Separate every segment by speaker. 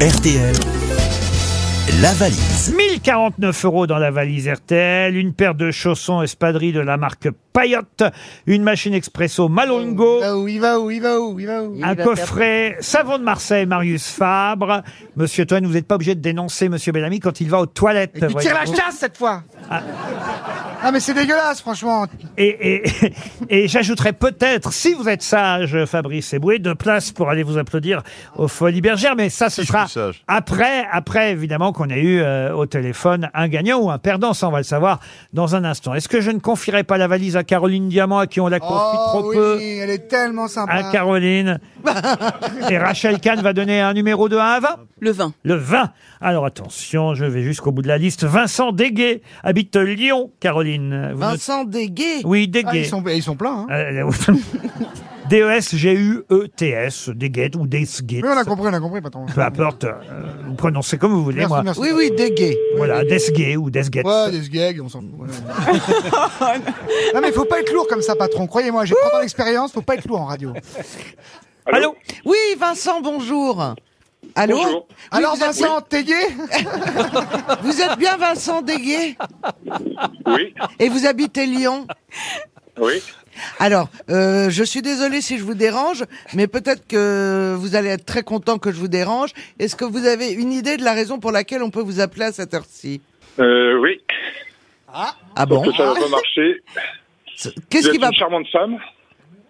Speaker 1: RTL, la valise.
Speaker 2: 1049 euros dans la valise RTL, une paire de chaussons espadrilles de la marque Payotte, une machine expresso Malongo,
Speaker 3: va où, il va où, il va où, Oh, il va où
Speaker 2: un coffret savon de Marseille Marius Fabre. Monsieur Toen, vous n'êtes pas obligé de dénoncer Monsieur Bellamy quand il va aux toilettes.
Speaker 3: Et puis tire la
Speaker 2: voyez-vous.
Speaker 3: chasse cette fois Ah mais c'est dégueulasse franchement
Speaker 2: Et, et, et j'ajouterai peut-être, si vous êtes sage, Fabrice Eboué, deux places pour aller vous applaudir aux Folies Bergères. Mais ça, ce
Speaker 4: Si je
Speaker 2: sera
Speaker 4: suis sage.
Speaker 2: après, après évidemment, qu'on ait eu euh, au téléphone un gagnant ou un perdant. Ça, on va le savoir dans un instant. Est-ce que je ne confierai pas la valise à Caroline Diamant, à qui on la confie
Speaker 3: Oh
Speaker 2: trop
Speaker 3: oui,
Speaker 2: peu
Speaker 3: elle est tellement
Speaker 2: à
Speaker 3: sympa
Speaker 2: Caroline. Et Rachel Kahn va donner un numéro de 1 à 20
Speaker 5: Le vin.
Speaker 2: Le 20. Alors attention, je vais jusqu'au bout de la liste. Vincent Déguet habite Lyon, Caroline. Vous
Speaker 5: Vincent Deguet.
Speaker 2: notez- Oui,
Speaker 3: Ah,
Speaker 2: Déguet.
Speaker 3: ils, sont, ils sont pleins hein.
Speaker 2: Euh, E D-E-S-G-U-E-T-S, Desguettes ou Desguettes.
Speaker 3: Oui on a compris, on a compris patron
Speaker 2: Peu importe, euh, vous prononcez comme vous voulez,
Speaker 3: Merci,
Speaker 2: moi.
Speaker 3: merci
Speaker 5: Oui, oui, Deguet.
Speaker 2: Voilà, Desguet ou Desguettes.
Speaker 3: Ouais, des gags, on s'en fout. voilà. non mais faut pas être lourd comme ça patron, croyez-moi, j'ai 30 ans d'expérience, faut pas être lourd en radio.
Speaker 2: Allô
Speaker 5: Oui, Vincent, bonjour. Allô
Speaker 6: Bonjour.
Speaker 5: Oui,
Speaker 3: Alors
Speaker 5: vous, êtes,
Speaker 3: Vincent, t'es gay
Speaker 5: vous êtes bien Vincent Deguet
Speaker 6: Oui,
Speaker 5: et vous habitez Lyon
Speaker 6: oui.
Speaker 5: Alors, euh, je suis désolée si je vous dérange, mais peut-être que vous allez être très content que je vous dérange. Est-ce que vous avez une idée de la raison pour laquelle on peut vous appeler à cette heure-ci
Speaker 6: Euh, oui.
Speaker 5: Ah
Speaker 6: Parce
Speaker 5: bon
Speaker 6: que ça va pas marcher. Vous
Speaker 5: Qu'est-ce
Speaker 6: êtes
Speaker 5: qui va
Speaker 6: une charmante femme.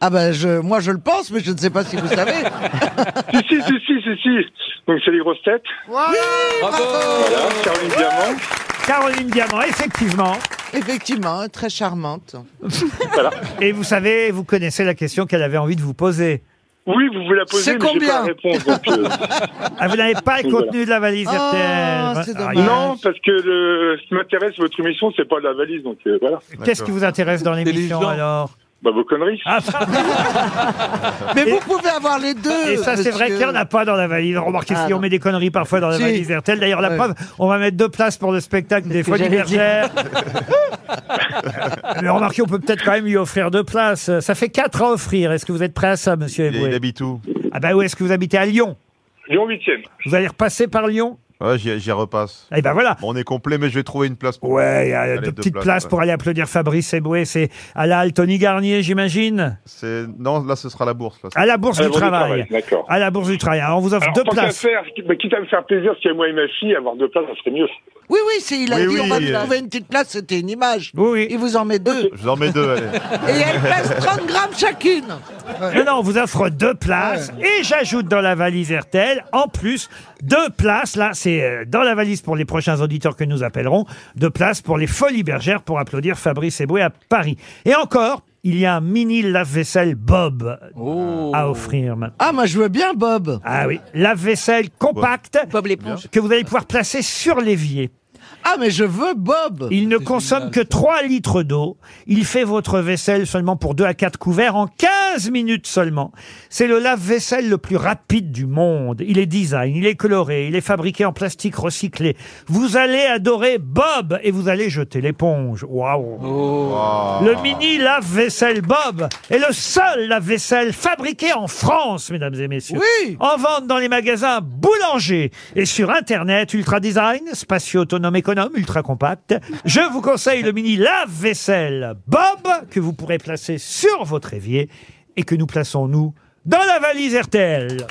Speaker 5: Ah ben, je, moi je le pense, mais je ne sais pas si vous savez.
Speaker 6: si, si, si, si, si, si. Donc c'est les grosses têtes. Voilà, Caroline Diamant.
Speaker 2: Caroline Diamant, effectivement.
Speaker 5: Effectivement, hein, très charmante.
Speaker 2: Et vous savez, vous connaissez la question qu'elle avait envie de vous poser.
Speaker 6: Oui, vous voulez la poser,
Speaker 5: C'est
Speaker 6: mais j'ai pas
Speaker 5: combien
Speaker 6: la réponse. donc, euh,
Speaker 2: Ah, vous n'avez pas le
Speaker 6: Voilà.
Speaker 2: contenu de la valise
Speaker 3: Ah,
Speaker 5: Oh,
Speaker 2: RTL.
Speaker 5: c'est
Speaker 2: Ah,
Speaker 5: dommage.
Speaker 6: non, parce que le... ce qui m'intéresse, votre émission, c'est pas la valise. Donc euh, voilà.
Speaker 2: Qu'est-ce qui vous intéresse dans l'émission
Speaker 4: gens.
Speaker 2: alors
Speaker 6: Bah, vos conneries.
Speaker 2: Ah,
Speaker 5: Mais vous pouvez avoir les deux.
Speaker 2: Et ça, c'est vrai
Speaker 5: monsieur.
Speaker 2: qu'il n'y en a pas dans la valise. Remarquez,
Speaker 5: Ah,
Speaker 2: si on
Speaker 5: non.
Speaker 2: met des conneries parfois dans la
Speaker 5: Si.
Speaker 2: valise RTL. D'ailleurs, la
Speaker 5: Ouais.
Speaker 2: preuve, on va mettre deux places pour le spectacle des Folies Bergères. Mais remarquez, on peut peut-être quand même lui offrir deux places. Ça fait quatre à offrir. Est-ce que vous êtes prêt à ça, monsieur
Speaker 4: Il, il
Speaker 2: Eboué
Speaker 4: habite où
Speaker 2: Ah bah où est-ce que vous habitez À Lyon.
Speaker 6: Lyon 8ème.
Speaker 2: Vous allez repasser par Lyon
Speaker 4: Ouais, j'y j'y repasse.
Speaker 2: Eh ben voilà.
Speaker 4: Bon, on est complet, mais je vais trouver une place pour.
Speaker 2: Ouais, il y a
Speaker 4: Allez,
Speaker 2: deux
Speaker 4: deux
Speaker 2: petites places,
Speaker 4: places, ouais.
Speaker 2: pour aller applaudir Fabrice Eboué. C'est à la halle Tony Garnier, j'imagine
Speaker 4: C'est- Non, là, ce sera la bourse. Là.
Speaker 2: À la Bourse
Speaker 6: À la
Speaker 2: du
Speaker 6: Bourse du
Speaker 2: Travail.
Speaker 6: Travail, d'accord.
Speaker 2: À la Bourse du Travail. Alors, on vous offre
Speaker 6: Alors,
Speaker 2: deux
Speaker 6: tant qu'à
Speaker 2: places.
Speaker 6: faire, mais quitte à me faire plaisir, s'il y a moi et ma fille, avoir deux places, ça serait mieux.
Speaker 5: Oui, oui, c'est- il a
Speaker 4: Oui,
Speaker 5: dit
Speaker 4: oui,
Speaker 5: on va
Speaker 4: euh.
Speaker 5: vous trouver une petite place, c'était une image.
Speaker 2: Oui, oui.
Speaker 5: Il vous en met deux.
Speaker 4: Je vous en mets deux, allez.
Speaker 5: Et elles pèsent 30 grammes chacune.
Speaker 2: Non, non, on vous offre deux places et j'ajoute dans la valise RTL, en plus, deux places, là, c'est euh, dans la valise pour les prochains auditeurs que nous appellerons, deux places pour les Folies Bergères pour applaudir Fabrice Eboué à Paris. Et encore, il y a un mini lave-vaisselle Bob
Speaker 5: Oh.
Speaker 2: à offrir maintenant.
Speaker 5: Ah, moi je veux bien Bob.
Speaker 2: Ah oui, lave-vaisselle compact
Speaker 5: Bob l'éponge.
Speaker 2: que vous allez pouvoir placer sur l'évier.
Speaker 5: Ah, mais je veux Bob.
Speaker 2: Il ne consomme que 3 litres d'eau. Il fait votre vaisselle seulement pour 2 à 4 couverts en 15 minutes seulement. C'est le lave-vaisselle le plus rapide du monde. Il est design, il est coloré, il est fabriqué en plastique recyclé. Vous allez adorer Bob et vous allez jeter l'éponge. Waouh
Speaker 4: Ah.
Speaker 2: Le mini lave-vaisselle Bob est le seul lave-vaisselle fabriqué en France, mesdames et messieurs.
Speaker 5: Oui.
Speaker 2: En vente dans les magasins Boulanger et sur Internet Ultra Design, spatio autonome économe, ultra compact. Je vous conseille le mini lave-vaisselle Bob que vous pourrez placer sur votre évier et que nous plaçons nous dans la valise RTL.